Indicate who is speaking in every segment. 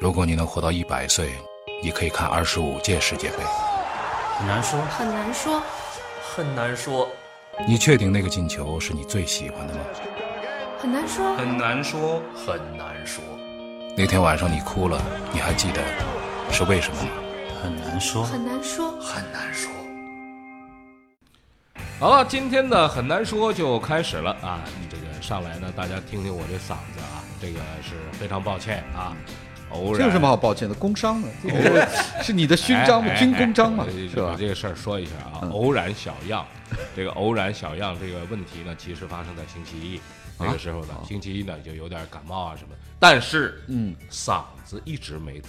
Speaker 1: 如果你能活到一百岁，你可以看二十五届世界杯。
Speaker 2: 很难说，
Speaker 3: 很难说，
Speaker 2: 很难说，
Speaker 1: 你确定那个进球是你最喜欢的吗？
Speaker 3: 很难说，
Speaker 2: 很难说，很难说，
Speaker 1: 那天晚上你哭了，你还记得是为什么吗？
Speaker 4: 很难说，
Speaker 3: 很难说。
Speaker 2: 很难说。
Speaker 5: 好了，今天的很难说就开始了啊！这个上来呢，大家听听我这嗓子啊，这个是非常抱歉啊，偶然
Speaker 6: 嗯这有什么好抱歉的？工伤 呢？这个是你的勋章嘛？
Speaker 5: 哎哎
Speaker 6: 军功章嘛
Speaker 5: 哎哎，
Speaker 6: 是
Speaker 5: 我
Speaker 6: 吧？嗯
Speaker 5: 这个事儿说一下啊，偶然小样，这个偶然小样这个问题呢，其实发生在星期一。
Speaker 6: 啊
Speaker 5: 那个时候呢，星期一呢就有点感冒啊什么的，但是嗯，嗓子一直没倒，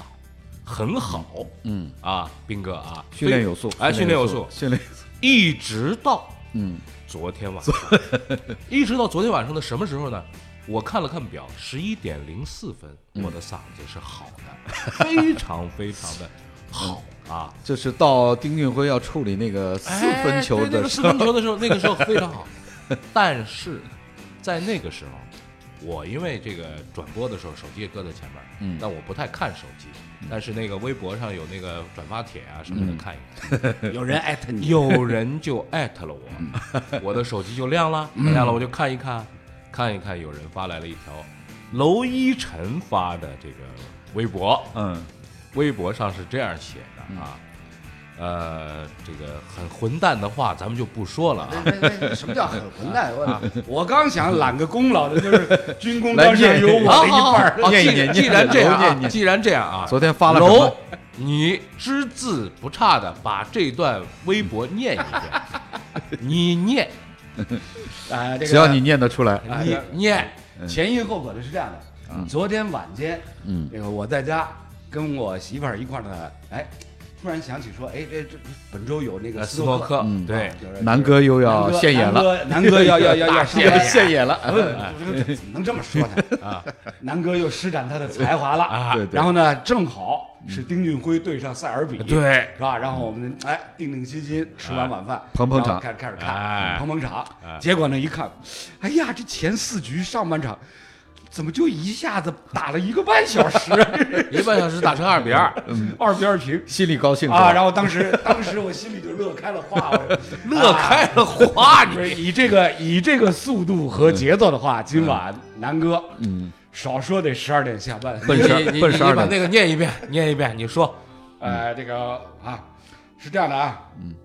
Speaker 5: 很好，嗯啊，斌哥啊，
Speaker 6: 训练有素，
Speaker 5: 哎，训练有素，
Speaker 6: 训练
Speaker 5: 一直到
Speaker 6: 嗯
Speaker 5: 昨天晚上， 一直到昨天晚上的什么时候呢？我看了看表，十一点零四分，
Speaker 6: 嗯
Speaker 5: 我的嗓子是好的，非常非常 的好啊。
Speaker 6: 这是到丁俊晖要处理那个四分球
Speaker 5: 哎对那
Speaker 6: 的
Speaker 5: 个
Speaker 6: 时
Speaker 5: 四
Speaker 6: 候
Speaker 5: 分，球的时候，那个时候非 常好。但是在那个时候，我因为这个转播的时候手机也搁在前面，嗯，但我不太看手机，但是那个微博上有那个转发帖啊什么
Speaker 6: 嗯
Speaker 5: 的看一看，
Speaker 4: 有人艾特你，
Speaker 5: 有人就艾特了
Speaker 6: 嗯
Speaker 5: 我，我的手机就亮了，亮了我就看一看，看一看，有人发来了一条娄一晨发的这个微博，
Speaker 6: 嗯，
Speaker 5: 微博上是这样写的啊，
Speaker 6: 嗯
Speaker 5: 呃，这个很混蛋的话咱们就不说了啊。
Speaker 4: 哎哎什么叫很混蛋？我我刚想揽个功劳 的，就是军功
Speaker 6: 来
Speaker 4: 章上
Speaker 6: 念
Speaker 4: 有我的一
Speaker 5: 好好好
Speaker 4: 半儿。
Speaker 5: 好，
Speaker 6: 嗯念一
Speaker 5: 既
Speaker 6: 念
Speaker 5: 然既然这样
Speaker 6: 念一
Speaker 5: 啊，
Speaker 6: 念
Speaker 5: 既然这样啊，
Speaker 6: 昨天发了什
Speaker 5: 楼
Speaker 6: 么，
Speaker 5: 你只字不差的把这段微博念一 遍，你念
Speaker 4: 啊，这个
Speaker 6: 只要你嗯念得出来，
Speaker 4: 哎
Speaker 5: 你念，
Speaker 4: 前因后果的是这样
Speaker 6: 嗯
Speaker 4: 的，昨天晚间，嗯，这个我在家跟我媳妇儿一块儿呢，哎，突然想起说，哎，这这本周有那个
Speaker 5: 呃斯诺克，
Speaker 6: 嗯
Speaker 5: 对，
Speaker 4: 就是
Speaker 6: 南哥又要
Speaker 4: 南
Speaker 6: 现眼了，，
Speaker 4: 南 哥南哥要要要要上
Speaker 6: 现
Speaker 4: 台
Speaker 6: 现眼了，
Speaker 5: 嗯
Speaker 4: 哎怎么能这么说 呢？啊，南哥又施展他的才华了啊
Speaker 6: 对对
Speaker 4: 然后呢，正好是丁俊晖对上塞尔比，
Speaker 5: 对
Speaker 4: 是吧？然后我们哎定定心心吃完晚饭，
Speaker 6: 啊捧捧场
Speaker 4: 然后开始开始
Speaker 5: 哎
Speaker 4: 看捧捧场
Speaker 5: 哎。
Speaker 4: 结果呢一看，哎呀，这前四局上半场怎么就一下子打了一个半小 时，
Speaker 5: 一个半小时打成二比二，
Speaker 4: 二比二平？
Speaker 6: 心里高兴
Speaker 4: 啊！
Speaker 6: 后
Speaker 4: 然后当时，当时我心里就乐开了花，我说
Speaker 5: 乐开了花
Speaker 4: 不是
Speaker 5: 你。
Speaker 4: 以这个以这个速度和节奏的话，今晚南哥，嗯，少说得十二点下班。
Speaker 6: 奔十二
Speaker 5: 你你
Speaker 6: 奔
Speaker 5: 你
Speaker 6: 十二
Speaker 5: 把
Speaker 6: 点，
Speaker 5: 那个念一遍，念一遍，你说
Speaker 4: 呃，这个啊，是这样的啊，嗯，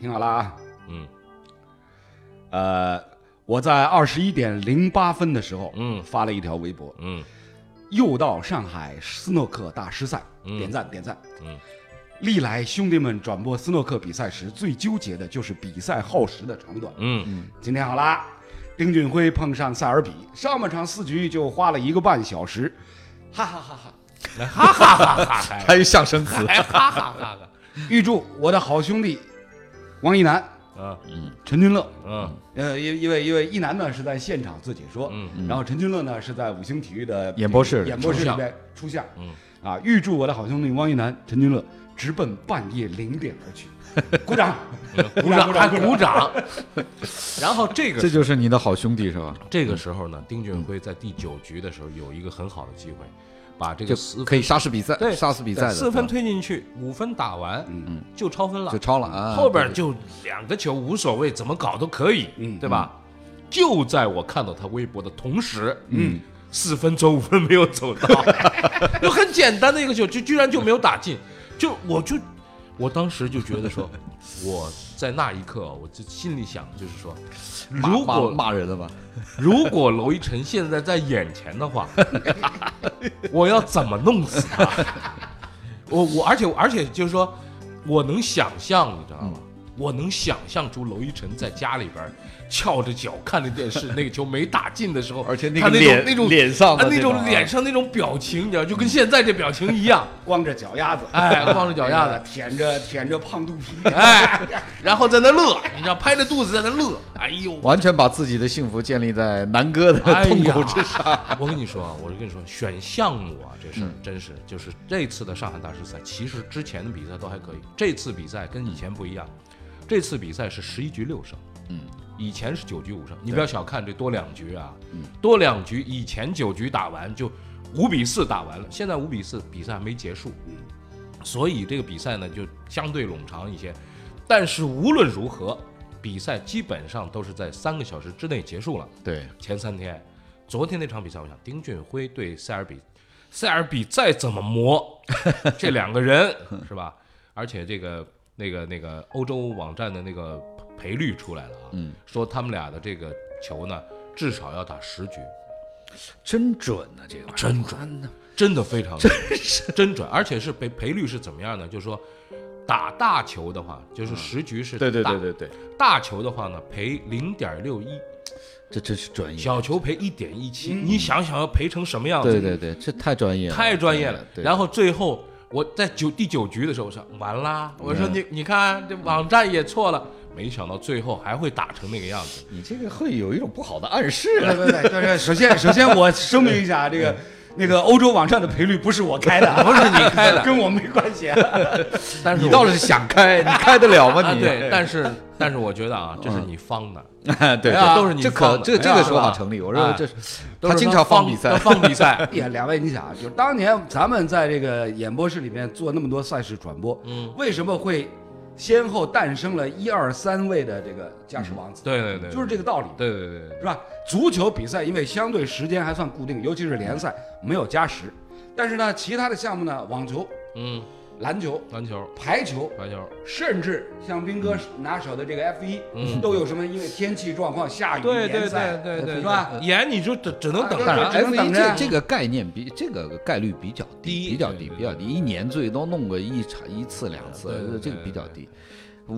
Speaker 4: 听好了啊，
Speaker 5: 嗯，
Speaker 4: 呃，我在二十一点零八分的时候，
Speaker 5: 嗯
Speaker 4: 发了一条微博，
Speaker 5: 嗯，
Speaker 4: 又到上海斯诺克大师赛，
Speaker 5: 嗯
Speaker 4: 点赞点赞，
Speaker 5: 嗯。
Speaker 4: 历来兄弟们转播斯诺克比赛时，最纠结的就是比赛耗时的长短。
Speaker 5: 嗯，
Speaker 4: 今天好啦，丁俊晖碰上塞尔比，上半场四局就花了一个半小时，哈哈哈哈！
Speaker 5: 哈哈哈哈哈，
Speaker 6: 还有象声词，
Speaker 5: 还哈哈哈哈，
Speaker 4: 预祝我的好兄弟王一楠、
Speaker 5: 嗯
Speaker 4: 陈君乐，
Speaker 5: 嗯
Speaker 4: 呃，因因为因为一楠呢是在现场自己说，
Speaker 5: 嗯
Speaker 4: 然后陈君乐呢是在五星体育的
Speaker 6: 演播室里
Speaker 4: 演播室
Speaker 5: 出
Speaker 4: 里
Speaker 5: 现
Speaker 4: 面出现，
Speaker 5: 嗯
Speaker 4: 啊，预祝我的好兄弟王一楠、陈君乐直奔半夜零点而去， 鼓掌，
Speaker 5: 鼓掌
Speaker 4: 鼓
Speaker 5: 还
Speaker 4: 掌，鼓
Speaker 5: 鼓
Speaker 4: 掌，
Speaker 5: 掌。 然后这个
Speaker 6: 这就是你的好兄弟是吧？
Speaker 5: 这个时候呢，丁俊晖在第九局的时候有一个很好的机会，把这
Speaker 6: 就
Speaker 5: 个四
Speaker 6: 可以杀死比赛，
Speaker 5: 对
Speaker 6: 杀死比赛的
Speaker 5: 四分
Speaker 6: 对
Speaker 5: 推进去，五分打完，嗯，就超分了，
Speaker 6: 就超了啊
Speaker 5: 后边就两个球无所谓，怎么搞都可以，嗯，对吧？就在我看到他微博的同时，嗯，四分走五分没有走 到，就很简单的一个球，就居然就没有打进，就我就我当时就觉得 说，我在那一刻我就心里想就是说，
Speaker 6: 骂
Speaker 5: 如果
Speaker 6: 骂骂人了吧？
Speaker 5: 如果娄一晨现在在眼前的话， 我要怎么弄死他？我我而且而且就是说，我能想象，你知道
Speaker 6: 嗯
Speaker 5: 吗？我能想象出娄一晨在家里边儿翘着脚看着电视，那个球没打进的时候，
Speaker 6: 而且那
Speaker 5: 那
Speaker 6: 个脸
Speaker 5: 那种
Speaker 6: 脸上的
Speaker 5: 啊那
Speaker 6: 那种
Speaker 5: 种脸上那种表情，你知道，就跟现在这表情一 样，
Speaker 4: 光着脚丫子，
Speaker 5: 哎，光着脚丫子
Speaker 4: 哎呀，舔着舔着胖肚 皮，
Speaker 5: 哎， 然后在那乐，你知道，拍着肚子在那乐，哎呦，
Speaker 6: 完全把自己的幸福建立在南哥的
Speaker 5: 哎
Speaker 6: 痛
Speaker 5: 呀
Speaker 6: 苦之上。嗯
Speaker 5: 我跟你说啊，我跟你说，选项目啊，这事儿真是就是这次的上海大师赛，其实之前的比赛都还可以，这次比赛跟以前不一样，这次比赛是十一局六胜，嗯，以前
Speaker 6: 嗯
Speaker 5: 是九局五胜，你不要小看这多两局啊，多两局，以前九局打完就五比四打完了，现在五比四比赛还没结束，
Speaker 6: 嗯
Speaker 5: 所以这个比赛呢就相对冗长一些。但是无论如何，比赛基本上都是在三个小时之内结束了。
Speaker 6: 对，
Speaker 5: 前三天，昨天那场比赛，我想丁俊晖对塞尔比，塞尔比再怎么 磨，这两个人是吧？而且这个那个那个欧洲网站的那个赔率出来了啊，嗯，说他们俩的这个球呢，至少要打十局，
Speaker 6: 真准啊，这个真准呢，
Speaker 5: 真的非常准，真准，而且是赔赔率是怎么样呢？就是说。打大球的话，就是十局是打、
Speaker 6: 嗯对对对对对，
Speaker 5: 大球的话呢，赔零点六一，
Speaker 6: 这真是专业，
Speaker 5: 小球赔一点一七，你想想要赔成什么样子？
Speaker 6: 嗯对对对，这太专业了，
Speaker 5: 太专业了。
Speaker 6: 对
Speaker 5: 然后最后我在九第九局的时候，我说完啦，
Speaker 6: 嗯
Speaker 5: 我说你你看这网站也错了，没想到最后还会打成那个样子。
Speaker 6: 你这个会有一种不好的暗示
Speaker 4: 对对对对对，首先首先我声明一下，这个那个欧洲网站的赔率不是我开的，嗯不是你
Speaker 5: 开的
Speaker 4: 跟我没关系。啊。
Speaker 5: 但是
Speaker 6: 嗯你
Speaker 5: 我
Speaker 6: 倒是想开，你开得了吗
Speaker 5: 啊
Speaker 6: 你？
Speaker 5: 对，但是但是我觉得啊，这是你方的，
Speaker 6: 哎 对，
Speaker 5: 哎呀
Speaker 6: 这
Speaker 5: 都是你
Speaker 6: 这
Speaker 5: 放
Speaker 6: 可
Speaker 5: 的
Speaker 6: 这
Speaker 5: 哎
Speaker 6: 这
Speaker 5: 呀
Speaker 6: 个
Speaker 5: 是
Speaker 6: 说法
Speaker 5: 吧
Speaker 6: 成立，我认为
Speaker 5: 哎
Speaker 6: 这是
Speaker 5: 都
Speaker 6: 他
Speaker 5: 是
Speaker 6: 经
Speaker 5: 他
Speaker 6: 常
Speaker 5: 放
Speaker 6: 比赛
Speaker 5: 他，放比赛
Speaker 4: 哎呀，两位，你想啊，就是当年咱们在这个演播室里面做那么多赛事转播，嗯，为什么会先后诞生了一二三位的这个驾驶王子？
Speaker 5: 嗯对对对，
Speaker 4: 就是这个道理，
Speaker 5: 对对对对
Speaker 4: 是吧？足球比赛因为相对时间还算固定，尤其是联赛没有加时，但是呢，其他的项目呢，网球、
Speaker 5: 嗯，
Speaker 4: 篮球、
Speaker 5: 篮球、
Speaker 4: 排球，
Speaker 5: 排球，
Speaker 4: 甚至像斌哥拿手的这个 F 一、
Speaker 5: 嗯
Speaker 4: 都有什么因为天气状况下雨
Speaker 5: 对对
Speaker 4: 联
Speaker 5: 对
Speaker 4: 赛，
Speaker 5: 对对，
Speaker 4: 是吧？
Speaker 5: 演你就只只能等
Speaker 4: 啊
Speaker 6: 当
Speaker 5: 着
Speaker 6: 然
Speaker 4: 只能
Speaker 6: ，F
Speaker 4: 等
Speaker 6: 一
Speaker 4: 着
Speaker 6: 这
Speaker 4: 呀
Speaker 6: 这个概念比这个概率比较
Speaker 5: 低
Speaker 6: 低，比较低，
Speaker 5: 对对
Speaker 6: 比较低，一年最多弄个一场一次两
Speaker 5: 对对
Speaker 6: 次呃
Speaker 5: 对，
Speaker 6: 这个比较低。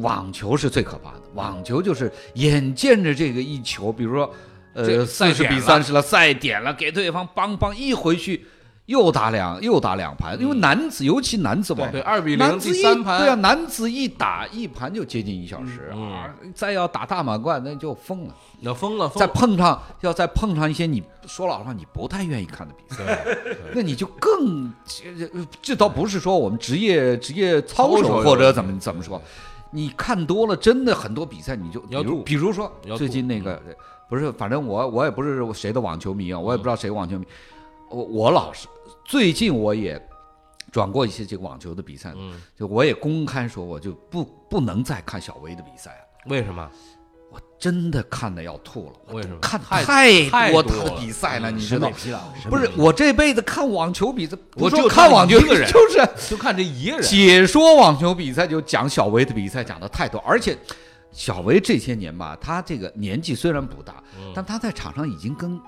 Speaker 6: 网球是最可怕的，网球就是眼见着这个一球，比如说，
Speaker 5: 这
Speaker 6: 呃，
Speaker 5: 赛
Speaker 6: 四十
Speaker 5: 点
Speaker 6: 比
Speaker 5: 了
Speaker 6: 三十了，赛点了，给对方梆梆一回去，又打两又打两盘，因为男子尤其男子网球
Speaker 5: 嗯对，二比
Speaker 6: 男
Speaker 5: 零，
Speaker 6: 子
Speaker 5: 第
Speaker 6: 一
Speaker 5: 三盘
Speaker 6: 对啊，男子一打一盘就接近一小时
Speaker 5: 嗯
Speaker 6: 啊，再要打大满贯那就疯了。
Speaker 5: 那疯了，疯
Speaker 6: 再
Speaker 5: 了。
Speaker 6: 碰上要再碰上一些你说老实话你不太愿意看的比赛，那你就更这这这倒不是说我们职业职业操
Speaker 5: 操
Speaker 6: 守
Speaker 5: 守
Speaker 6: 或者怎么怎么说，你看多了真的很多比赛你就比
Speaker 5: 要
Speaker 6: 如
Speaker 5: 吐
Speaker 6: 比如说
Speaker 5: 要吐嗯
Speaker 6: 最近那个不是反正我我也不是谁的网球迷啊，我也
Speaker 5: 嗯
Speaker 6: 不知道谁网球迷，我我老是最近我也转过一些这个网球的比赛，
Speaker 5: 嗯，
Speaker 6: 就我也公开说我就不不能再看小威的比赛啊了。
Speaker 5: 为什么？
Speaker 6: 我真的看的要吐了，我
Speaker 5: 为什么
Speaker 6: 看
Speaker 5: 太
Speaker 6: 太
Speaker 5: 太
Speaker 6: 多
Speaker 5: 多
Speaker 6: 他的
Speaker 5: 了
Speaker 6: 比赛了，
Speaker 5: 嗯
Speaker 6: 你
Speaker 4: 审
Speaker 6: 知道
Speaker 4: 美？疲劳，审
Speaker 6: 不
Speaker 4: 美
Speaker 6: 是
Speaker 4: 疲劳
Speaker 6: 我这辈子看网球比赛，不
Speaker 5: 我
Speaker 6: 说
Speaker 5: 就
Speaker 6: 看网球
Speaker 5: 一个人
Speaker 6: 就是
Speaker 5: 就看这一个人，
Speaker 6: 解说网球比赛，就讲小威的比赛讲的太多，而且小威这些年吧，他这个年纪虽然不大，但他在场上已经跟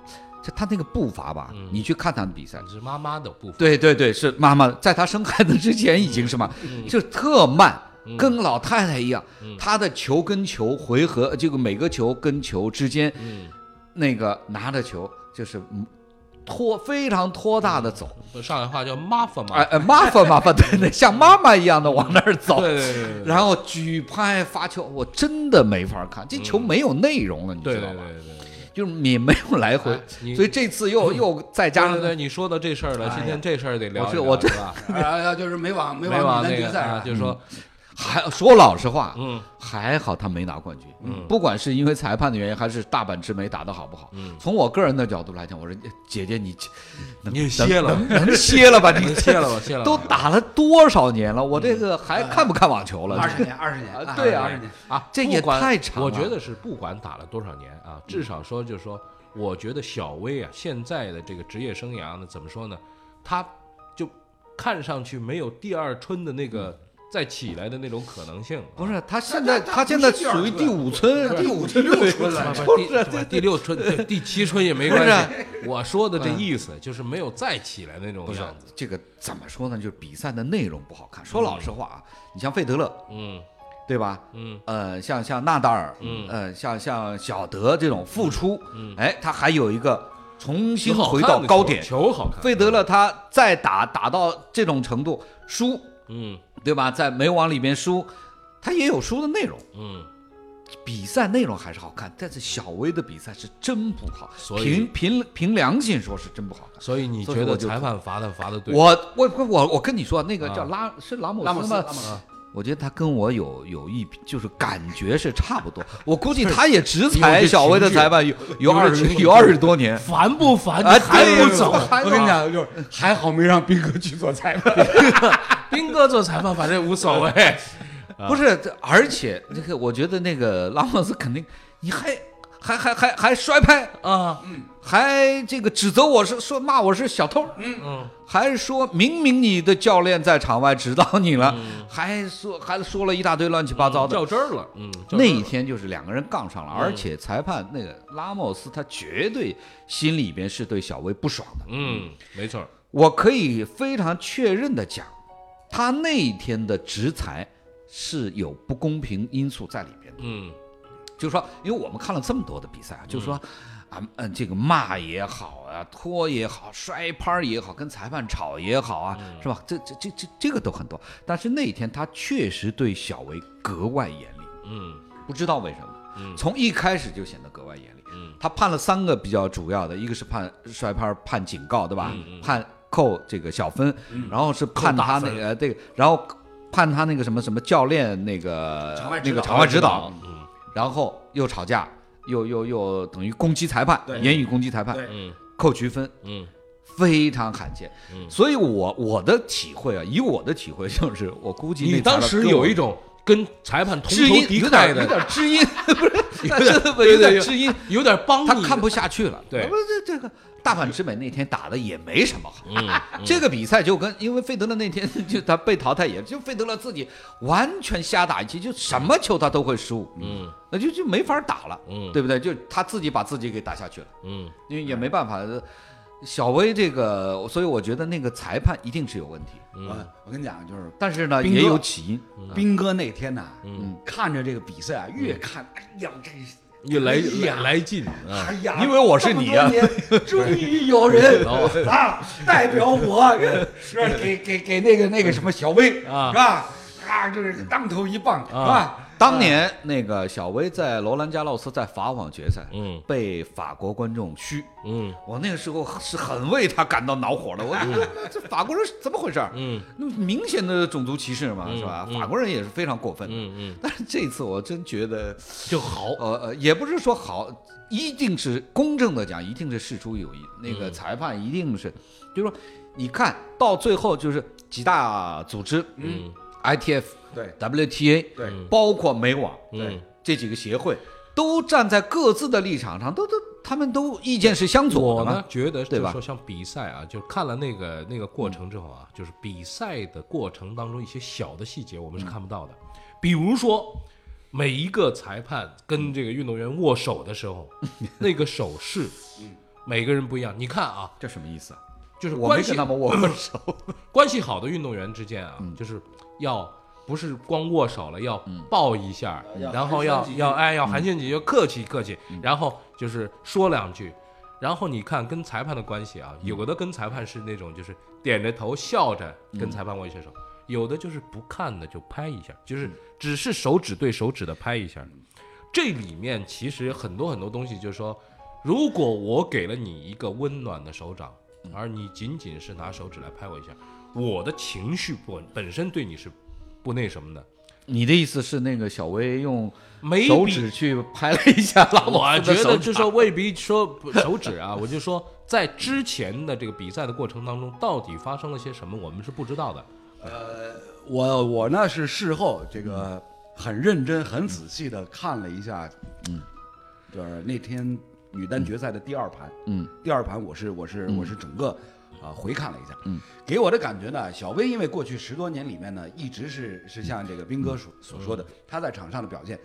Speaker 6: 就他那个步伐吧，你去看他的比赛，
Speaker 5: 你是妈妈的部分。
Speaker 6: 对对对，是妈妈在她生孩子之前已经是嘛，
Speaker 5: 嗯
Speaker 6: 就特慢，跟老太太一样，她的球跟球回合，这个每个球跟球之间，
Speaker 5: 嗯
Speaker 6: 那个拿着球就是嗯拖非常拖大的走，
Speaker 5: 上海话叫麻烦嘛。
Speaker 6: 哎哎，麻烦麻烦，对对，像妈妈一样的往那儿走，
Speaker 5: 对对对对
Speaker 6: 然后举拍发球，我真的没法看，这球没有内容了，你
Speaker 5: 对
Speaker 6: 知
Speaker 5: 对
Speaker 6: 道
Speaker 5: 嗯对
Speaker 6: 吗？
Speaker 5: 对对对。
Speaker 6: 就是你没有来回
Speaker 5: 哎，你嗯
Speaker 6: 所以这次又又再加
Speaker 5: 对对对，
Speaker 6: 上。
Speaker 5: 你说到这事儿了，今天这事儿得聊
Speaker 6: 我
Speaker 5: 一
Speaker 6: 这
Speaker 5: 聊，
Speaker 6: 我这
Speaker 5: 哎是 吧？
Speaker 4: 啊，就是美网美
Speaker 5: 没往
Speaker 4: 网女
Speaker 5: 那
Speaker 4: 单决
Speaker 5: 个，
Speaker 4: 赛
Speaker 5: 啊，就是说，
Speaker 6: 还说老实话，
Speaker 5: 嗯，
Speaker 6: 还好他没拿冠军，
Speaker 5: 嗯
Speaker 6: 不管是因为裁判的原因，还是大阪直美打得好不好，
Speaker 5: 嗯
Speaker 6: 从我个人的角度来讲，我说哎姐姐你能
Speaker 5: 你歇了
Speaker 6: 能能能歇了吧， 你
Speaker 5: 能歇了吧，歇了吧。嗯
Speaker 6: 都打了多少年了，我这个还看不看网球了？
Speaker 4: 二十年，二十年，
Speaker 6: 啊
Speaker 4: 啊
Speaker 6: 对啊
Speaker 4: 二十年，
Speaker 5: 啊，
Speaker 6: 这也
Speaker 5: 不管
Speaker 6: 太长了
Speaker 5: 我觉得是不管打了多少年啊，至少说就是说，我觉得小威啊，现在的这个职业生涯呢，怎么说呢？他就看上去没有第二春的那个再起来的那种可能性啊。
Speaker 6: 嗯不是，他现在
Speaker 4: 他
Speaker 6: 他现在属于第五村，
Speaker 4: 第五、第六出来了，
Speaker 5: 不是第不是第六春、对第七春也没关系。我说的这意思就是没有再起来那种
Speaker 6: 嗯不是
Speaker 5: 样子。
Speaker 6: 这个怎么说呢？就是比赛的内容不好看。说老实话啊，你像费德勒，
Speaker 5: 嗯
Speaker 6: 对吧？
Speaker 5: 嗯，
Speaker 6: 呃，像像纳达尔，
Speaker 5: 嗯
Speaker 6: 呃，像像小德这种付出，嗯，哎，他还有一个重新
Speaker 5: 好
Speaker 6: 回到
Speaker 5: 看的
Speaker 6: 高
Speaker 5: 球
Speaker 6: 点。
Speaker 5: 球好看。
Speaker 6: 费德勒他再打打到这种程度输，
Speaker 5: 嗯
Speaker 6: 对吧？在美网里面输，他也有输的内容，
Speaker 5: 嗯，
Speaker 6: 比赛内容还是好看，但是小威的比赛是真不好，
Speaker 5: 所以
Speaker 6: 凭凭凭良心说是真不好看。
Speaker 5: 所以你
Speaker 6: 所以
Speaker 5: 觉
Speaker 6: 我
Speaker 5: 得
Speaker 6: 就
Speaker 5: 裁判罚的罚的对？
Speaker 6: 我我我我跟你说，那个叫
Speaker 5: 啊
Speaker 6: 拉是拉姆
Speaker 4: 拉姆斯
Speaker 6: 吗
Speaker 4: 拉姆斯？
Speaker 6: 我觉得他跟我有有一就是感觉是差不多，我估计他也 只
Speaker 5: 有
Speaker 6: 裁
Speaker 5: 这
Speaker 6: 小威的
Speaker 5: 情绪
Speaker 6: 裁判有
Speaker 5: 有
Speaker 6: 有
Speaker 5: 这
Speaker 6: 二十
Speaker 5: 情绪
Speaker 6: 啊有二十多年，
Speaker 5: 烦不烦？你
Speaker 6: 哎
Speaker 5: 还
Speaker 6: 对
Speaker 5: 不走？
Speaker 4: 我跟你讲，就是还好没让斌哥去做裁判。
Speaker 5: 斌哥做裁判反正无所谓。
Speaker 6: 不是，这而且那个我觉得那个拉莫斯肯定你还还还还还摔拍，
Speaker 5: 啊，
Speaker 6: 还这个指责我是说骂我是小偷，嗯嗯，还是说明明你的教练在场外指导你了，
Speaker 5: 嗯
Speaker 6: 还说还说了一大堆乱七八糟的。
Speaker 5: 较真儿了，嗯，较真儿嗯
Speaker 6: 那
Speaker 5: 了
Speaker 6: 一天就是两个人杠上了，而且裁判那个拉莫斯他绝对心里边是对小威不爽的。
Speaker 5: 嗯，没错儿，
Speaker 6: 我可以非常确认的讲，他那一天的执裁是有不公平因素在里边的。
Speaker 5: 嗯
Speaker 6: 就是说，因为我们看了这么多的比赛啊，就是说，啊，嗯，这个骂也好啊，拖也好，摔拍儿也好，跟裁判吵也好啊，是吧？这这这这这个都很多。但是那一天他确实对小维格外严厉，
Speaker 5: 嗯
Speaker 6: 不知道为什么，
Speaker 5: 嗯
Speaker 6: 从一开始就显得格外严厉。
Speaker 5: 嗯
Speaker 6: 他判了三个比较主要的，一个是判摔拍儿判警告，对吧？
Speaker 5: 嗯嗯
Speaker 6: 判扣这个小分，然后是判他那
Speaker 5: 扣大
Speaker 6: 个呃这个，然后判他那个什么什么教练那个
Speaker 4: 场外指
Speaker 6: 那
Speaker 4: 导
Speaker 6: 个场外指导，
Speaker 5: 嗯
Speaker 6: 然后又吵架，又又又等于攻击裁判，言语攻击裁判，
Speaker 4: 对
Speaker 5: 嗯
Speaker 6: 扣局分，
Speaker 5: 嗯
Speaker 6: 非常罕见。
Speaker 5: 嗯
Speaker 6: 所以我我的体会啊，以我的体会就是，我估计那
Speaker 5: 你当
Speaker 6: 裁判
Speaker 5: 时
Speaker 6: 跟
Speaker 5: 有
Speaker 6: 我
Speaker 5: 一种跟裁判同
Speaker 6: 知
Speaker 5: 仇
Speaker 6: 音，
Speaker 5: 敌
Speaker 6: 有
Speaker 5: 忾
Speaker 6: 点有
Speaker 5: 的，
Speaker 6: 点 知音，不是，
Speaker 5: 有点
Speaker 6: 真的有点
Speaker 5: 对
Speaker 6: 知音，
Speaker 5: 有点帮
Speaker 6: 他
Speaker 5: 你
Speaker 6: 看不下去了。
Speaker 5: 对
Speaker 6: 不是这这个大阪直美那天打的也没什么好。
Speaker 5: 嗯
Speaker 6: 这个比赛就跟因为费德勒那天就他被淘汰也，就费德勒自己完全瞎打一气，就什么球他都会输，
Speaker 5: 嗯
Speaker 6: 那就就没法打了，
Speaker 5: 嗯
Speaker 6: 对不对？就他自己把自己给打下去了，
Speaker 5: 嗯
Speaker 6: 因为也没办法。呃小威这个，所以我觉得那个裁判一定是有问题，
Speaker 4: 我我跟你讲，就是
Speaker 6: 但是呢
Speaker 4: 斌哥
Speaker 6: 也有起因，
Speaker 4: 斌哥那天呐，
Speaker 5: 嗯
Speaker 4: 看着这个比赛啊，
Speaker 6: 嗯
Speaker 4: 越看，哎呀，这是
Speaker 5: 又来
Speaker 4: 哎呀
Speaker 5: 来来劲啊，
Speaker 4: 哎呀，
Speaker 6: 因为我是你啊
Speaker 4: 这么多 年终于有人啊代表我，是给给给那个那个什么小威
Speaker 5: 啊
Speaker 4: 是吧？啊，就是当头一
Speaker 6: 啊
Speaker 4: 棒，是吧？
Speaker 6: 当年那个小威在罗兰加洛斯在法网决赛，
Speaker 5: 嗯
Speaker 6: 被法国观众嘘，
Speaker 5: 嗯
Speaker 6: 我那个时候是很为他感到恼火的。我觉得 这法国人是怎么回事儿？
Speaker 5: 嗯
Speaker 6: 那明显的种族歧视嘛，是吧？
Speaker 5: 嗯
Speaker 6: 法国人也是非常过分的。
Speaker 5: 嗯嗯，
Speaker 6: 但是这次我真觉得，
Speaker 5: 就好，
Speaker 6: 呃呃，也不是说好，一定是公正的讲，一定是事出有因。那个裁判一定是，就是说，你看到最后就是几大组织，
Speaker 5: 嗯
Speaker 6: ，ITF、
Speaker 4: 对
Speaker 6: WTA，
Speaker 4: 对
Speaker 6: 包括美网，
Speaker 5: 嗯
Speaker 6: 这几个协会都站在各自的立场上，都都他们都意见是相左
Speaker 5: 我
Speaker 6: 的嘛
Speaker 5: 呢。觉得
Speaker 6: 对
Speaker 5: 就
Speaker 6: 吧
Speaker 5: 是说像比赛啊，就看了那个那个过程之后啊，就是比赛的过程当中一些小的细节我们是看不到的，比如说每一个裁判跟这个运动员握手的时 候，那个手势，每个人不一样。你看啊，
Speaker 6: 这什么意思啊？
Speaker 5: 就是
Speaker 6: 我没
Speaker 5: 关系
Speaker 6: 跟他们握过手。
Speaker 5: 关系好的运动员之间啊，就是要不是光握手了，要抱一下，然后要要哎要寒暄几句，要客气客气，然后就是说两句。然后你看跟裁判的关系啊，有的跟裁判是那种就是点着头笑着跟裁判握一下手，有的就是不看的就拍一下，就是只是手指对手指的拍一下。这里面其实很多很多东西，就是说，如果我给了你一个温暖的手掌，而你仅仅是拿手指来拍我一下，我的情绪本本身对你是不那什么的，
Speaker 6: 你的意思是那个小薇用
Speaker 5: 没
Speaker 6: 手
Speaker 5: 比
Speaker 6: 指去拍了一下拉莫
Speaker 5: 我
Speaker 6: 夫的
Speaker 5: 觉
Speaker 6: 手
Speaker 5: 得
Speaker 6: 指
Speaker 5: 就说未必说不手指啊， 我就说在之前的这个比赛的过程当中，到底发生了些什么，我们是不知道的。
Speaker 4: 我我呢是事后这个很认真、很仔细的看了一下，嗯，就是那天女单决赛的第二盘，
Speaker 6: 嗯，
Speaker 4: 第二盘我是我是我是整个啊、回看了一下，嗯，给我的感觉呢，小威因为过去十多年里面呢，一直是是像这个斌哥所所说的，他在场上的表现。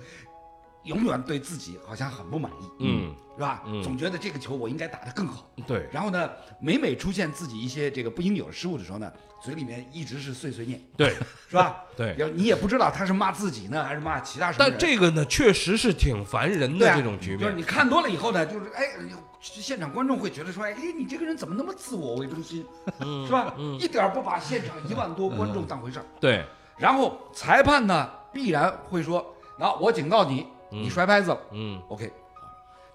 Speaker 4: 永远对自己好像很不满意，
Speaker 5: 嗯，
Speaker 4: 是吧？
Speaker 5: 嗯
Speaker 4: 总觉得这个球我应该打得更好，
Speaker 5: 对
Speaker 4: 然后呢，每每出现自己一些这个不应有的失误的时候呢，嘴里面一直是碎碎念，
Speaker 5: 对，
Speaker 4: 是吧？
Speaker 5: 对
Speaker 4: 然后你也不知道他是骂自己呢，还是骂其他什么
Speaker 5: 但
Speaker 4: 人。
Speaker 5: 这个呢，确实是挺烦人
Speaker 4: 对
Speaker 5: 的
Speaker 4: 啊
Speaker 5: 这种局
Speaker 4: 就是你
Speaker 5: 面。
Speaker 4: 看多了以后呢，就是哎，现场观众会觉得说，哎，你这个人怎么那么自我为中心，
Speaker 5: 嗯
Speaker 4: 是吧？一点儿不把现场一万多观众当回事儿。
Speaker 5: 对，
Speaker 4: 然后裁判呢，必然会说，那我警告你，你摔拍子了
Speaker 5: 嗯
Speaker 4: ，OK。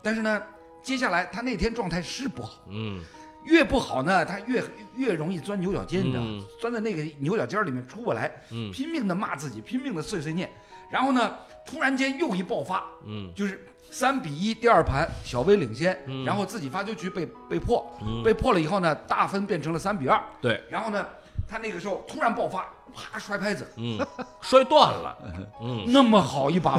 Speaker 4: 但是呢，接下来他那天状态是不好，
Speaker 5: 嗯
Speaker 4: 越不好呢，他越越容易钻牛角尖，你知道吗
Speaker 5: 嗯？
Speaker 4: 钻在那个牛角尖儿里面出不来，
Speaker 5: 嗯
Speaker 4: 拼命的骂自己，拼命的碎碎念，然后呢，突然间又一爆发，
Speaker 5: 嗯
Speaker 4: 就是三比一，第二盘小威领先，
Speaker 5: 嗯
Speaker 4: 然后自己发球局被被破，
Speaker 5: 嗯
Speaker 4: 被破了以后呢，大分变成了三比二，
Speaker 5: 对，
Speaker 4: 然后呢，他那个时候突然爆发，啪摔拍子，
Speaker 5: 嗯，摔断 了，嗯，
Speaker 4: 那么好 一把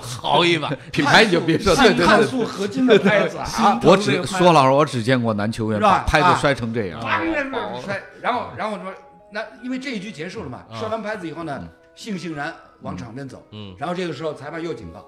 Speaker 5: 好一 把，
Speaker 6: 品牌你就别说，对
Speaker 4: 碳
Speaker 6: 对
Speaker 4: 碳
Speaker 6: 对，，
Speaker 4: 素合金的拍子 啊
Speaker 6: 我只说老实话，我只见过男球员
Speaker 4: 是吧
Speaker 6: 把拍
Speaker 4: 啊
Speaker 6: 子摔成这样。
Speaker 4: 啪
Speaker 5: 哦
Speaker 4: 摔，然后然后说，那因为这一局结束了嘛，摔完拍子以后呢，悻悻然往场边走，
Speaker 5: 啊嗯
Speaker 4: 然后这个时候裁判又警告，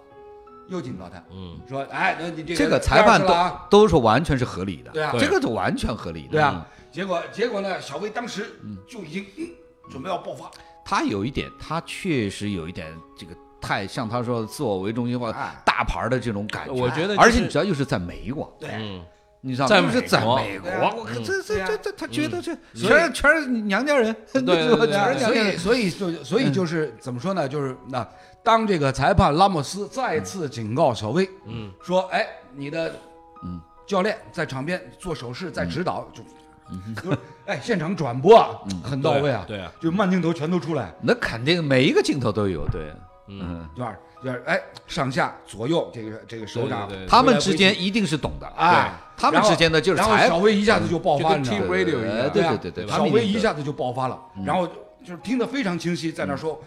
Speaker 4: 又警告他
Speaker 5: 嗯，
Speaker 4: 说，哎，那你这
Speaker 6: 这个
Speaker 4: 个
Speaker 6: 裁判
Speaker 4: 第二次
Speaker 6: 都
Speaker 4: 了啊，
Speaker 6: 都是完全是合理的，
Speaker 4: 对啊
Speaker 6: 这个是完全合理的。
Speaker 4: 对啊，
Speaker 5: 嗯
Speaker 4: 结果结果呢，小威当时就已经嗯准备要爆发，
Speaker 6: 嗯，他有一点，他确实有一点这个太像他说的自我为中心化
Speaker 4: 哎
Speaker 6: 大牌的这种感觉。
Speaker 5: 我觉得就是
Speaker 6: 而且你知道，又是在美国，
Speaker 4: 对，
Speaker 5: 嗯，
Speaker 6: 你知道
Speaker 5: 在
Speaker 6: 吗？又是在
Speaker 5: 美国
Speaker 6: 美国，
Speaker 4: 对啊
Speaker 6: 我靠，这
Speaker 4: 对
Speaker 6: 这
Speaker 4: 啊
Speaker 6: 这这，他觉得这
Speaker 5: 所以
Speaker 6: 全是全是娘家人，
Speaker 5: 对对对对
Speaker 6: 全是娘家
Speaker 4: 所以
Speaker 6: 人。
Speaker 4: 所以就所以就是怎么说呢？就是那当这个裁判拉莫斯再次警告小威，
Speaker 5: 嗯，
Speaker 4: 说哎，你的
Speaker 6: 嗯
Speaker 4: 教练在场边做手势，在指导，就 就是哎，现场转播啊，很到位啊，
Speaker 5: 对对啊，
Speaker 4: 就慢镜头全都出来，
Speaker 6: 那肯定每一个镜头都有，对，
Speaker 5: 嗯，
Speaker 4: 有点有点哎，上下左右这个这个手掌
Speaker 5: 对对对，
Speaker 6: 他们之间一定是懂的
Speaker 4: 哎，
Speaker 6: 他们之间的就是
Speaker 4: 然后
Speaker 6: 裁
Speaker 4: 小威一下子就爆
Speaker 5: 就
Speaker 4: 发，
Speaker 5: 跟
Speaker 4: 你知
Speaker 5: T
Speaker 4: 道吗
Speaker 5: radio 一
Speaker 6: 呃
Speaker 5: 样，
Speaker 6: 对
Speaker 4: 对啊
Speaker 6: 对对，
Speaker 5: 对
Speaker 6: 他
Speaker 4: 小
Speaker 6: 们
Speaker 4: 威
Speaker 6: 一
Speaker 4: 一
Speaker 6: 定
Speaker 4: 下子就爆发了，然后就是听得非常清晰，在那说、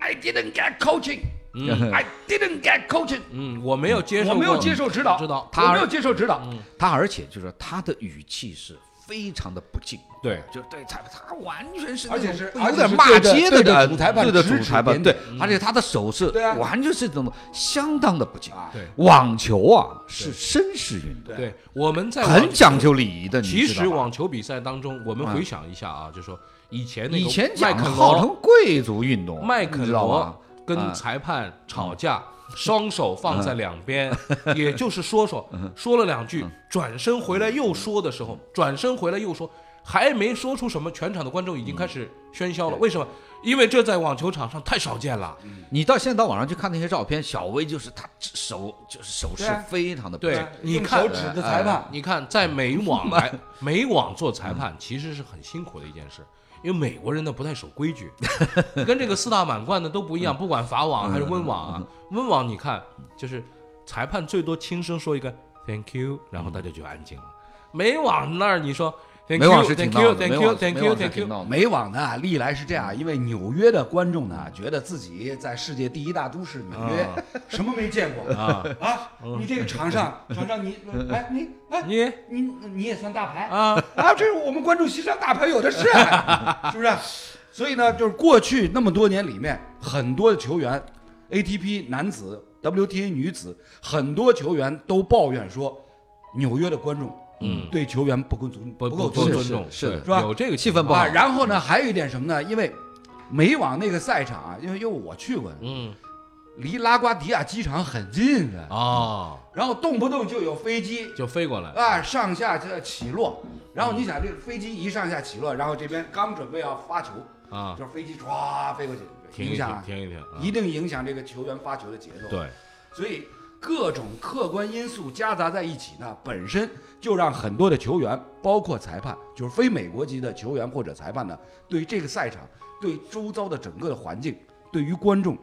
Speaker 4: i didn't get coaching，、I didn't get coaching，、
Speaker 5: 嗯，我没有接受，
Speaker 4: 我没有接受指导，
Speaker 5: 指导，
Speaker 4: 我没有接受指导，
Speaker 6: 他而且就是他的语气是非常的不敬，
Speaker 5: 对，
Speaker 6: 就是对裁判，他完全是那
Speaker 4: 而且
Speaker 6: 种
Speaker 4: 是
Speaker 6: 有
Speaker 4: 而且
Speaker 6: 点
Speaker 4: 是
Speaker 6: 骂
Speaker 4: 对着
Speaker 6: 街
Speaker 4: 对着
Speaker 6: 感
Speaker 4: 主裁判
Speaker 6: 对着
Speaker 4: 指
Speaker 6: 主
Speaker 4: 指
Speaker 6: 裁判，
Speaker 4: 点
Speaker 6: 对
Speaker 4: 点，
Speaker 6: 而且他的手势
Speaker 4: 对啊
Speaker 6: 完全是这种相当的不敬
Speaker 4: 啊。
Speaker 5: 对
Speaker 6: 网球啊是绅士运动，
Speaker 5: 对，我们在
Speaker 6: 很
Speaker 5: 网
Speaker 6: 讲究礼仪的，你
Speaker 5: 其实
Speaker 6: 知道吧？嗯
Speaker 5: 网球比赛当中，我们回想一下啊，就说以前那个
Speaker 6: 以前
Speaker 5: 麦
Speaker 6: 讲
Speaker 5: 肯
Speaker 6: 号
Speaker 5: 罗，
Speaker 6: 称贵族运动，
Speaker 5: 麦
Speaker 6: 你
Speaker 5: 肯
Speaker 6: 知道嗯
Speaker 5: 罗
Speaker 6: 吧？
Speaker 5: 跟裁判吵架，双手放在两边，
Speaker 6: 嗯
Speaker 5: 也就是说说说了两句，转身回来又说的时候，转身回来又说，还没说出什么，全场的观众已经
Speaker 6: 嗯
Speaker 5: 开始喧嚣了。为什么？因为这在网球场上太少见了。
Speaker 6: 你到现在到网上去看那些照片，小威就是他手就是手势
Speaker 4: 对哎啊
Speaker 6: 非常的不
Speaker 5: 对
Speaker 6: 敬
Speaker 5: 你
Speaker 4: 用
Speaker 5: 看
Speaker 4: 手指着裁判，
Speaker 5: 你看，在美 网来美网做裁判其实是很辛苦的一件事，因为美国人呢不太守规矩，跟这个四大满贯呢都不一 样，不管法网还是温网
Speaker 6: 嗯
Speaker 5: 啊，温网你看就是裁判最多轻声说一个 thank you，然后大家就安静了。美网那儿你说 thank
Speaker 6: 美
Speaker 5: you
Speaker 6: 网是挺
Speaker 5: thank
Speaker 6: 闹
Speaker 5: you
Speaker 6: 的，
Speaker 5: thank
Speaker 6: 美
Speaker 5: you
Speaker 6: 网
Speaker 5: thank
Speaker 6: 美
Speaker 5: you
Speaker 6: 网是
Speaker 5: thank
Speaker 6: 挺
Speaker 5: you，
Speaker 6: 闹的。
Speaker 4: 美网呢，历来是这样，因为纽约的观众呢，觉得自己在世界第一大都市纽约，什么没见过啊啊！你这个场上，场上你，哎你哎
Speaker 5: 你
Speaker 4: 你你也算大牌
Speaker 5: 啊
Speaker 4: 啊！这是我们观众席上大牌有的是，啊是不是？所以呢，就是过去那么多年里面，很多的球员，ATP 男子、WTA 女子，很多球员都抱怨说，纽约的观众，嗯，对球员不够尊
Speaker 5: 不
Speaker 4: 够
Speaker 5: 够
Speaker 4: 尊重
Speaker 5: 尊。重，
Speaker 6: 是的
Speaker 5: 对
Speaker 4: 是吧
Speaker 5: 有这个
Speaker 6: 气
Speaker 5: 情
Speaker 6: 氛不
Speaker 5: 况
Speaker 6: 好
Speaker 4: 啊，然后呢，还有一点什么呢？因为美网那个赛场啊，因为因为我去过，
Speaker 5: 嗯
Speaker 4: 离拉瓜迪亚机场很近的，
Speaker 5: 哦，
Speaker 4: 然后动不动就有飞机
Speaker 5: 就飞过来
Speaker 4: 啊上下这起落，然后你想这个飞机一上下起落，然后这边刚准备要发球，
Speaker 5: 啊，
Speaker 4: 就是飞机唰飞过去，
Speaker 5: 停
Speaker 4: 影
Speaker 5: 一停
Speaker 4: 响啊，
Speaker 5: 停一停，啊
Speaker 4: 一定影响这个球员发球的节奏。，
Speaker 5: 对。
Speaker 4: 所以各种客观因素夹杂在一起呢，本身就让很多的球员，包括裁判，就是非美国籍的球员或者裁判呢，对这个赛场、对周遭的整个的环境、对于观众，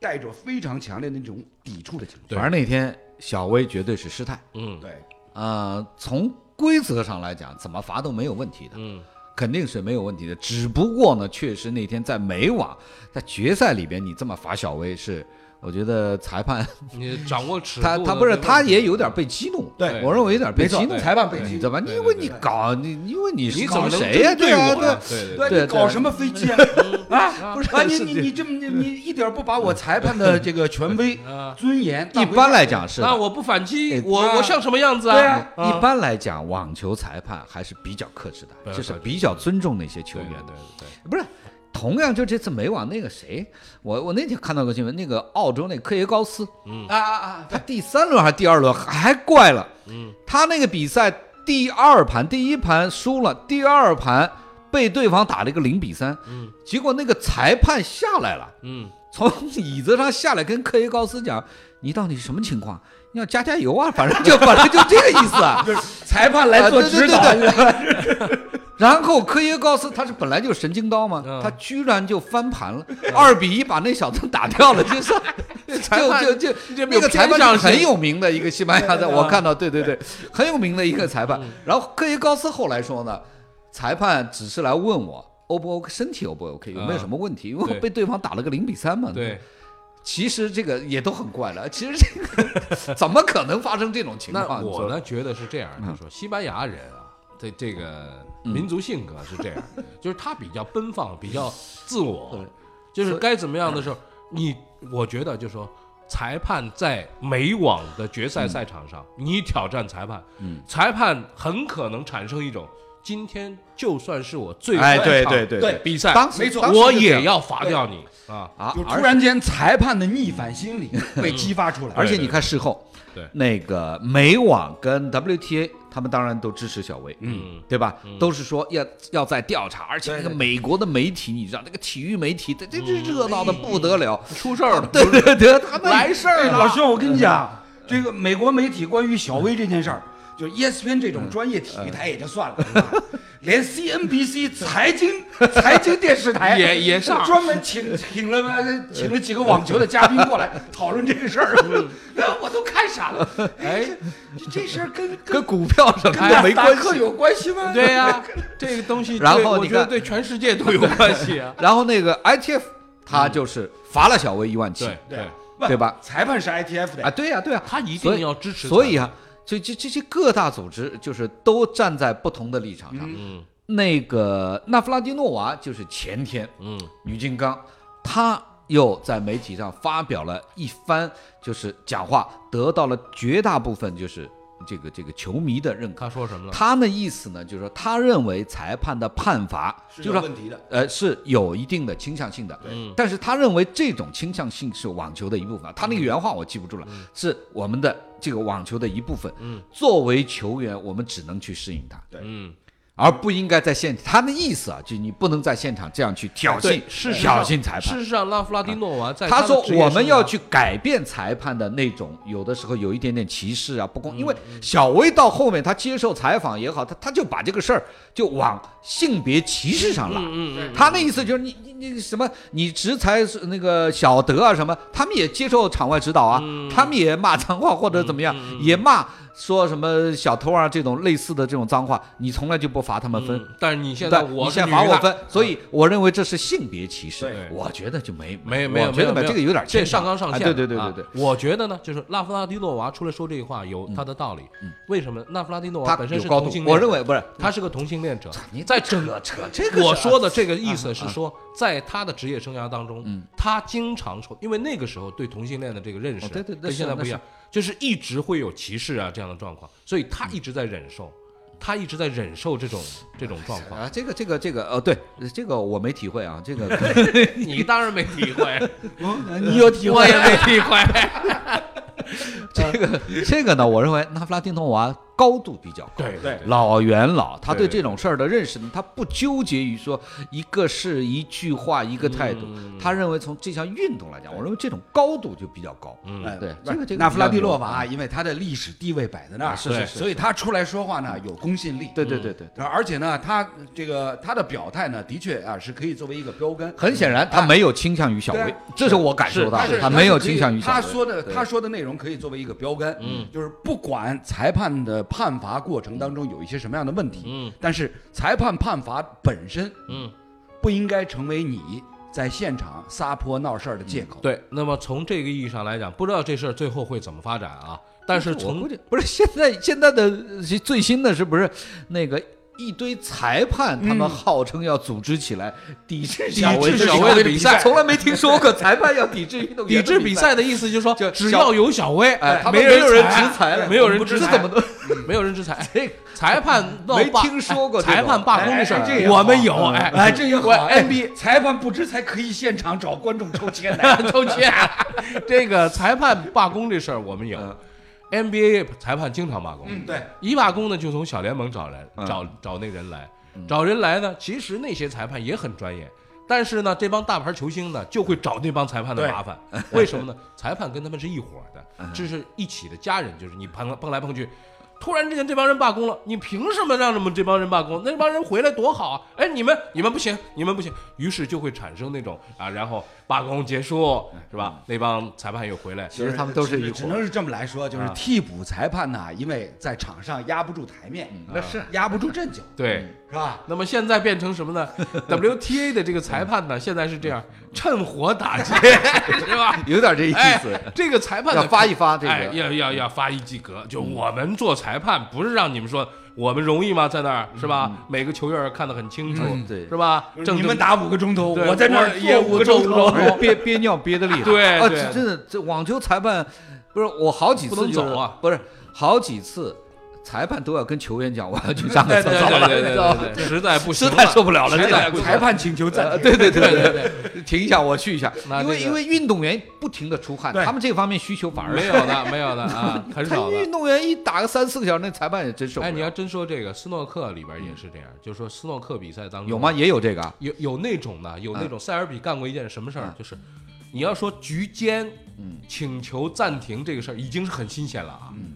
Speaker 4: 带着非常强烈的那种抵触的情绪。
Speaker 6: 反正那天小威绝对是失态，
Speaker 5: 嗯
Speaker 4: 对，
Speaker 6: 呃，从规则上来讲，怎么罚都没有问题的，
Speaker 5: 嗯
Speaker 6: 肯定是没有问题的。只不过呢，确实那天在美网在决赛里边，你这么罚小威是，我觉得裁 判
Speaker 5: 你掌握尺度
Speaker 6: 他
Speaker 5: 的
Speaker 6: 他不是
Speaker 5: 这个
Speaker 6: 他也有点被激怒，
Speaker 4: 对
Speaker 6: 我认为有点被
Speaker 4: 没错
Speaker 6: 激怒，
Speaker 4: 对裁判被激
Speaker 6: 你
Speaker 4: 怒
Speaker 6: 怎么？
Speaker 5: 对
Speaker 6: 因为
Speaker 5: 对
Speaker 6: 你搞你，因为你是
Speaker 5: 你怎
Speaker 6: 搞
Speaker 5: 么能
Speaker 6: 谁呀？
Speaker 5: 针对
Speaker 6: 对啊，
Speaker 5: 我
Speaker 6: 对
Speaker 5: 呢
Speaker 6: 啊，
Speaker 5: 对对，
Speaker 4: 对
Speaker 6: 对
Speaker 4: 你搞什么飞机啊？啊，不是啊，你你你这么你你一点不把我裁判的这个权威
Speaker 5: 啊、
Speaker 4: 尊严，
Speaker 6: 一般来讲是的
Speaker 5: 那我不反击，
Speaker 6: 哎
Speaker 5: 我我像什么样子
Speaker 4: 对
Speaker 5: 啊
Speaker 4: 啊？
Speaker 5: 啊
Speaker 6: 一般来讲，网球裁判还是比较克制
Speaker 5: 比较
Speaker 6: 的，就是
Speaker 5: 克制
Speaker 6: 比较尊重那些球
Speaker 5: 对
Speaker 6: 员
Speaker 5: 对
Speaker 6: 的。
Speaker 5: 对
Speaker 6: 不是，同样就这次美网那个谁，我我那天看到个新闻，那个澳洲那科耶高斯，
Speaker 5: 嗯
Speaker 4: 啊啊啊！
Speaker 6: 他第三轮还是第二轮还怪了，嗯，他那个比赛第二盘第一盘输了，第二盘被对方打了一个零比三，嗯，结果那个裁判下来了。
Speaker 5: 嗯
Speaker 6: 从椅子上下来，跟科耶高斯讲：“你到底什么情况？要加加油啊，反正就反正就这个意思啊。
Speaker 4: 裁判来做
Speaker 6: 啊对对
Speaker 4: 指导，
Speaker 6: 对 然后科耶高斯他是本来就神经刀嘛，
Speaker 5: 嗯
Speaker 6: 他居然就翻盘了，二比一把那小子打掉了，就是
Speaker 5: 裁判
Speaker 6: 就就
Speaker 5: 这
Speaker 6: 就
Speaker 5: 没有
Speaker 6: 那个裁判
Speaker 5: 偏向
Speaker 6: 是
Speaker 5: 性
Speaker 6: 很有名的一个西班牙的，我看到对对对，很有名的一个裁判。然后科耶高斯后来说呢，裁判只是来问我 O 不 OK，身体 O 不 OK，有没有
Speaker 5: 啊
Speaker 6: 什么问题？因为我
Speaker 5: 对
Speaker 6: 被对方打了个零比三嘛。
Speaker 5: 对，
Speaker 6: 其实这个也都很怪了， 其实这个怎么可能发生这种 情
Speaker 5: 那
Speaker 6: 况？
Speaker 5: 我
Speaker 6: 你说？嗯
Speaker 5: 呢觉得是这样，就是说西班牙人啊，这这个民族性格是这样， 就是他比较奔放，比较自我，就是该怎么样的时候，
Speaker 6: 嗯
Speaker 5: 你我觉得就是说。裁判在美网的决赛赛场上，
Speaker 6: 嗯
Speaker 5: 你挑战裁判，裁判很可能产生一种今天就算是我最后
Speaker 6: 哎
Speaker 5: 一
Speaker 6: 对
Speaker 5: 场
Speaker 6: 对对
Speaker 4: 对
Speaker 5: 比赛，
Speaker 6: 当时
Speaker 4: 没错
Speaker 6: 当时
Speaker 5: 我
Speaker 6: 就这样
Speaker 5: 也要罚掉你啊！
Speaker 6: 啊，
Speaker 4: 就
Speaker 6: 而
Speaker 4: 突然间裁判的逆反心理被激发出来，
Speaker 6: 而且你看事后，
Speaker 5: 对
Speaker 6: 那个美网跟 WTA 他们当然都支持小威，
Speaker 5: 嗯，
Speaker 6: 对吧？都是说要要在调查，而且那个美国的媒体，你知道那个体育媒体，这这这热闹的不得了，
Speaker 5: 嗯出事儿了，
Speaker 6: 对对对，他们
Speaker 5: 来事儿
Speaker 4: 哎
Speaker 5: 了，
Speaker 4: 老兄，我跟你
Speaker 5: 嗯
Speaker 4: 讲，这个美国媒体关于小威这件事儿，就 E ESPN 这
Speaker 5: 嗯
Speaker 4: 种专业体育台也就算了，是吧连 CNBC 财经财经电视台
Speaker 5: 也也上
Speaker 4: 专门请请了呃请了几个网球的嘉宾过来讨论这个事儿，
Speaker 5: 嗯
Speaker 4: 我都看傻了。哎，这这事儿跟跟
Speaker 6: 跟股票什么的
Speaker 4: 跟纳
Speaker 6: 没
Speaker 4: 斯
Speaker 6: 关
Speaker 4: 达
Speaker 6: 系。
Speaker 4: 克有关系吗？
Speaker 5: 对呀、 这个东西对，
Speaker 6: 然后
Speaker 5: 我
Speaker 6: 你
Speaker 5: 觉得
Speaker 6: 看。
Speaker 5: 对全世界都有关系啊
Speaker 6: 然后那个 ITF 他就是罚了小威一万七，
Speaker 5: 对对，
Speaker 4: 不
Speaker 6: 对吧
Speaker 4: 裁判是 ITF 的
Speaker 6: 啊，，对呀、对呀、
Speaker 5: 他一
Speaker 6: 所
Speaker 5: 定
Speaker 6: 以
Speaker 5: 要支持。
Speaker 6: 所以，啊，这这这些各大组织就是都站在不同的立场上。
Speaker 5: 嗯
Speaker 6: 那个纳夫拉基诺娃就是前天，
Speaker 5: 嗯，
Speaker 6: 女金刚，她又在媒体上发表了一番就是讲话，得到了绝大部分就是这个这个球迷的认可
Speaker 5: 他。说什么了？
Speaker 6: 他的意思呢，就是说他认为裁判的判罚，就是
Speaker 4: 有
Speaker 6: 说
Speaker 4: 问题的。
Speaker 6: 呃是有一定的倾向性的，
Speaker 5: 嗯
Speaker 6: 但是他认为这种倾向性是网球的一部分。他那
Speaker 5: 嗯
Speaker 6: 个原话我记不住了，是我们的这个网球的一部分。作为球员，我们只能去适应它。
Speaker 5: 嗯，
Speaker 6: 而不应该在现他的意思啊，就你不能在现场这样去挑
Speaker 5: 对
Speaker 6: 衅，
Speaker 5: 事实
Speaker 6: 挑
Speaker 5: 上
Speaker 6: 衅裁
Speaker 5: 事
Speaker 6: 判。
Speaker 5: 实上，拉夫拉蒂诺娃在
Speaker 6: 他
Speaker 5: 的
Speaker 6: 说
Speaker 5: 职业
Speaker 6: 我
Speaker 5: 生
Speaker 6: 们
Speaker 5: 涯
Speaker 6: 要去改变裁判的那种，有的时候有一点点歧视啊不公，
Speaker 5: 嗯
Speaker 6: 因为小威到后面他接受采访也好，他他就把这个事儿就往性别歧视上拉。
Speaker 5: 嗯嗯
Speaker 6: 他那意思就是你你你什么，你直裁是那个小德啊什么，他们也接受场外指导啊，
Speaker 5: 嗯
Speaker 6: 他们也骂脏话或者怎么样，也骂说什么小偷啊这种类似的这种脏话，你从来就不罚他们分。
Speaker 5: 嗯，但是你现在
Speaker 6: 对，
Speaker 5: 我
Speaker 6: 你
Speaker 5: 是
Speaker 6: 现在
Speaker 5: 女
Speaker 6: 罚我
Speaker 5: 的
Speaker 6: 分，所以我认为这是性别歧视
Speaker 5: 对。
Speaker 6: 我觉得就没
Speaker 5: 没
Speaker 6: 我
Speaker 5: 没有
Speaker 6: 觉
Speaker 5: 没
Speaker 6: 得
Speaker 5: 有
Speaker 6: 吧，
Speaker 5: 没
Speaker 6: 这个有点
Speaker 5: 这
Speaker 6: 牵强
Speaker 5: 上纲上
Speaker 6: 啊
Speaker 5: 线。
Speaker 6: 对对对对对，
Speaker 5: 啊，我觉得呢，就是拉夫拉蒂诺娃出来说这句话有他的道理。为什么？拉夫拉蒂诺
Speaker 6: 嗯他
Speaker 5: 娃本身
Speaker 6: 有
Speaker 5: 是
Speaker 6: 高
Speaker 5: 同
Speaker 6: 度
Speaker 5: 性，恋
Speaker 6: 我
Speaker 5: 者
Speaker 6: 认为不是
Speaker 5: 他是个同性恋者
Speaker 6: 你，
Speaker 5: 在整个
Speaker 6: 这
Speaker 5: 我说的这个意思是说，在他的职业生涯当中，他经常说，因为那个时候对同性恋的这个认识
Speaker 6: 哦对对对
Speaker 5: 跟
Speaker 6: 是
Speaker 5: 现在不一
Speaker 6: 那
Speaker 5: 样，就是一直会有歧视啊这样的状况，所以他一直在忍受，他一直在忍受这种这种状况。
Speaker 6: 啊，这个这个这个呃，对，这个我没体会啊，这个
Speaker 5: 你当然没体会，
Speaker 4: 你有体
Speaker 5: 我
Speaker 4: 会
Speaker 5: 也没体会。
Speaker 6: 这个这个呢，我认为纳夫拉丁诺娃高度比较高。
Speaker 5: 对
Speaker 4: 对
Speaker 6: 老元老，他对
Speaker 5: 对
Speaker 6: 这种事儿的认识呢，他不纠结于说一个事、一句话、一个态度，
Speaker 5: 嗯
Speaker 6: 他认为从这项运动来讲，我认为这种高度就比较高。嗯，
Speaker 4: 哎
Speaker 6: 对
Speaker 4: 不是
Speaker 6: 这个这个
Speaker 4: 那弗拉蒂洛
Speaker 6: 比较嗯啊
Speaker 4: 娃，因为他的历史地位摆在那儿，
Speaker 6: 是是
Speaker 4: 对
Speaker 6: 是
Speaker 4: 所以他出来说话呢有公信力。
Speaker 6: 对对对对对。
Speaker 4: 然后而且呢，他这个他的表态呢，的确啊是可以作为一个标杆。
Speaker 6: 很显
Speaker 5: 嗯
Speaker 6: 然，他没有倾向于小
Speaker 4: 对
Speaker 6: 薇
Speaker 4: 啊，
Speaker 6: 这是我感受到
Speaker 4: 他
Speaker 6: 的，
Speaker 4: 是
Speaker 6: 他
Speaker 4: 是
Speaker 6: 没有
Speaker 4: 可以
Speaker 6: 倾向于小
Speaker 4: 他
Speaker 6: 薇。
Speaker 4: 说的他说的内容可以作为一个标杆，
Speaker 5: 嗯，
Speaker 4: 就是不管裁判的判罚过程当中有一些什么样的问题，
Speaker 5: 嗯，
Speaker 4: 但是裁判判罚本身
Speaker 5: 嗯，
Speaker 4: 不应该成为你在现场撒泼闹事儿的借口。
Speaker 5: 对。那么从这个意义上来讲，不知道这事儿最后会怎么发展啊？但是
Speaker 6: 我
Speaker 5: 从
Speaker 6: 估计不是现在现在的呃最新的是不是那个一堆裁判，他们号称要组织起来抵制小薇
Speaker 5: 抵制
Speaker 6: 的
Speaker 5: 小薇的
Speaker 6: 比
Speaker 5: 比赛
Speaker 6: 从来没听说过裁判要抵制运动
Speaker 5: 抵
Speaker 6: 员
Speaker 5: 制
Speaker 6: 比
Speaker 5: 比赛的意思就是说
Speaker 6: 就，
Speaker 5: 只
Speaker 6: 小
Speaker 5: 要有小威，
Speaker 6: 哎，他们
Speaker 5: 没
Speaker 6: 没有人
Speaker 5: 裁
Speaker 6: 制裁了，
Speaker 5: 没有人
Speaker 6: 我们
Speaker 5: 制
Speaker 6: 这
Speaker 5: 裁嗯
Speaker 6: 怎么都
Speaker 5: 没有人制裁，裁判闹
Speaker 6: 没
Speaker 5: 罢
Speaker 6: 听说过
Speaker 5: 哎裁
Speaker 6: 这种啊嗯
Speaker 5: 判罢工
Speaker 4: 哎
Speaker 5: 事
Speaker 4: 哎这也
Speaker 5: 儿，
Speaker 4: 好
Speaker 5: 我们有哎
Speaker 4: 哎，这个好
Speaker 5: 哎
Speaker 4: ，NBA 裁判不知才可以现场找观众抽 签来。
Speaker 5: 抽签，这个裁判罢工这事儿我们有
Speaker 6: 嗯
Speaker 5: ，NBA 裁判经常罢工，
Speaker 4: 嗯，对，
Speaker 5: 一罢工呢就从小联盟找人，找找那人来，找人来呢，其实那些裁判也很专业，但是呢，这帮大牌球星呢，就会找那帮裁判的麻烦。为什么呢？裁判跟他们是一伙儿的，这是一起的家人，就是你碰碰来碰去。突然之间，这帮人罢工了，你凭什么让他们这帮人罢工？那帮人回来多好啊！哎，你们你们不行，你们不行，于是就会产生那种啊，然后罢工结束是吧？那帮裁判又回来，
Speaker 6: 其实他们都是一
Speaker 4: 只
Speaker 6: 伙
Speaker 4: 能
Speaker 6: 儿。
Speaker 4: 是这么来说，
Speaker 5: 啊
Speaker 4: 就是替补裁判呢，因为在场上压不住台面，
Speaker 5: 嗯
Speaker 4: 那是压不住阵脚，
Speaker 5: 对。
Speaker 4: 是吧？
Speaker 5: 那么现在变成什么呢？WTA 的这个裁判呢，现在是这样趁火打劫， 是吧？
Speaker 6: 有点这意
Speaker 5: 哎
Speaker 6: 思，，
Speaker 5: 这个裁判呢
Speaker 6: 要发一发这个
Speaker 5: 哎，要要要发一及格。就我们做裁判，不是让你们说我们容易吗？在那儿是吧？嗯每个球员看得很清楚，
Speaker 6: 嗯对
Speaker 5: 是吧？正
Speaker 4: 你们打五个钟头，
Speaker 5: 对
Speaker 4: 我在那儿
Speaker 5: 我也
Speaker 4: 坐
Speaker 5: 五
Speaker 4: 五
Speaker 5: 个
Speaker 4: 个
Speaker 5: 钟
Speaker 4: 钟
Speaker 5: 头
Speaker 4: 头，
Speaker 6: 哎憋憋尿憋的厉害。
Speaker 5: 对
Speaker 6: 啊，
Speaker 5: 对
Speaker 6: 这真的，这网球裁判不是我好几次
Speaker 5: 不能
Speaker 6: 就是
Speaker 5: 走啊
Speaker 6: 不是好几次，裁判都要跟球员讲我要去上个
Speaker 5: 嗯对
Speaker 6: 厕
Speaker 5: 对
Speaker 6: 所
Speaker 5: 对
Speaker 6: 了，
Speaker 5: 对
Speaker 6: 你
Speaker 5: 对
Speaker 6: 知道吗
Speaker 5: 对对，实在不行
Speaker 6: 实在受不了了，
Speaker 5: 实
Speaker 6: 这
Speaker 5: 在
Speaker 6: 个
Speaker 5: 不行
Speaker 4: 裁判请求暂
Speaker 6: 呃
Speaker 4: 停。
Speaker 6: 对对对
Speaker 5: 对对
Speaker 6: 对，停一下，我去一下，
Speaker 5: 那
Speaker 6: 因为
Speaker 5: 这个
Speaker 6: 因为运动员不停的出汗，
Speaker 4: 对
Speaker 6: 他们这方面需求反而
Speaker 5: 没有的，没有的啊， 很
Speaker 6: 他
Speaker 5: 少的。
Speaker 6: 运动员一打个三四个小时，那裁判也真受不
Speaker 5: 哎，你
Speaker 6: 了
Speaker 5: 要。真说这个斯诺克里边也是这样，就是说斯诺克比赛当中
Speaker 6: 有吗？也有 这个啊，
Speaker 5: 有有那种的，有那种塞尔比干过一件什么事儿
Speaker 6: 嗯，
Speaker 5: 就是你要说局间请求暂停这个事儿，已经是很新鲜了啊。
Speaker 6: 嗯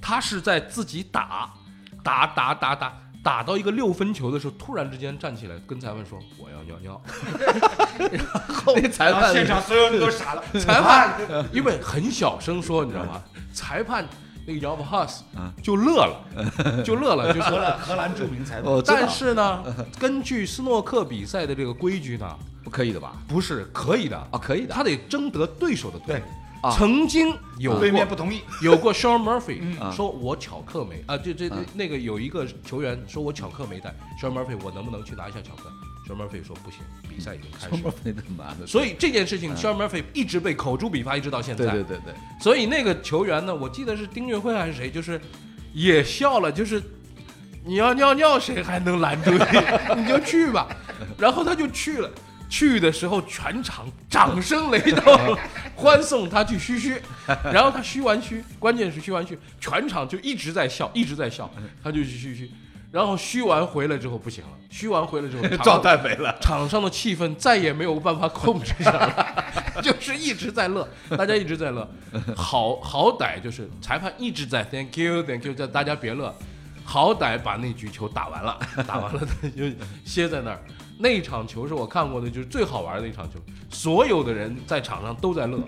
Speaker 5: 他是在自己打打打打打打到一个六分球的时候，突然之间站起来跟裁判说：“我要尿 尿。
Speaker 6: 那裁
Speaker 4: 然后
Speaker 6: 判
Speaker 4: 现场所有人都傻了，”
Speaker 5: 裁判因为很小声说，你知道吗？裁判那个 y a v h a s
Speaker 6: 嗯
Speaker 5: 就乐 了，就乐了，就
Speaker 4: 荷
Speaker 5: 是。
Speaker 4: 兰荷兰著名裁判
Speaker 6: 哦，知道
Speaker 5: 但是呢，根据斯诺克比赛的这个规矩呢，
Speaker 6: 不可以的吧？
Speaker 5: 不是可以的
Speaker 6: 啊，可以的
Speaker 5: 他得征得对手的同意
Speaker 4: 对。
Speaker 6: 啊
Speaker 5: 曾经有过
Speaker 4: 对面不同意，
Speaker 5: 有过 Sean
Speaker 6: 嗯啊
Speaker 5: Murphy 说：“我巧克没啊，这这这那个有一个球员说我巧克没带，Sean Murphy 我能不能去拿一下巧克？”Sean Murphy 说：“不行，比赛已经开始。了。
Speaker 6: 那他妈的”
Speaker 5: 所以这件事情，Sean Murphy 一直被口诛笔伐，一直到现在。
Speaker 6: 嗯对对对对，
Speaker 5: 所以那个球员呢，我记得是丁俊晖还是谁，就是也笑了，就是你要尿尿，谁还能拦 住你？你就去吧。然后他就去了，去的时候全场掌声雷动， 欢送他去嘘嘘。然后他嘘完嘘，关键是嘘完嘘，全场就一直在笑，一直在笑，他就去嘘嘘。然后嘘完回来之后不行了，嘘完回来之 后
Speaker 6: 状态没了。
Speaker 5: 场上的气氛再也没有办法控制下来，就是一直在乐，大家一直在乐，好好歹就是裁判一直在 thank you thank you，叫大家别乐，好歹把那局球打完了，打完了就歇在那儿。那场球是我看过的，就是最好玩的一场球，所有的人在场上都在乐，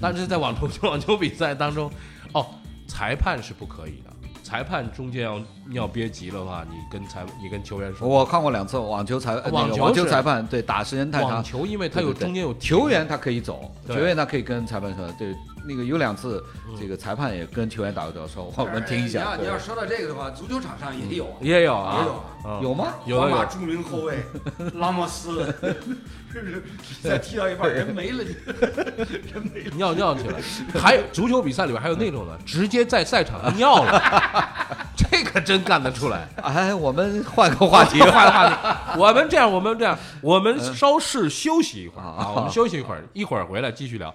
Speaker 5: 但是在网球网球比赛当中，哦，裁判是不可以的。裁判中间要尿憋急了的话，你跟裁你跟球员说，
Speaker 6: 我看过两次网球裁，呃那
Speaker 5: 网
Speaker 6: 个
Speaker 5: 球
Speaker 6: 网球
Speaker 5: 是
Speaker 6: 裁判对打时间太长
Speaker 5: 网，球因为它有
Speaker 6: 对对对
Speaker 5: 中间有停
Speaker 6: 球员他可以走，
Speaker 5: 对
Speaker 6: 球员他可以跟裁判说，对，那个有两次这个裁判也跟球员打过招呼，说我们停一
Speaker 4: 你
Speaker 6: 下
Speaker 4: 要，哎你要说到这个的话，足球场上也有啊，
Speaker 5: 也有
Speaker 4: 也有
Speaker 5: 啊，
Speaker 4: 啊。
Speaker 5: 嗯
Speaker 6: 有吗？
Speaker 5: 有
Speaker 4: 皇
Speaker 5: 有
Speaker 4: 马
Speaker 5: 有，
Speaker 4: 著名后卫拉 莫斯，是不是比赛踢到一半人没了？人没了。
Speaker 5: 尿尿去了。还有足球比赛里边还有那种的，直接在赛场上尿了，这个真干得出来。
Speaker 6: 哎，我们换个话题，
Speaker 5: 换话题，我们这样，我们这样，我们稍事休息一会儿啊，我们休息一会儿，一会儿回来继续聊。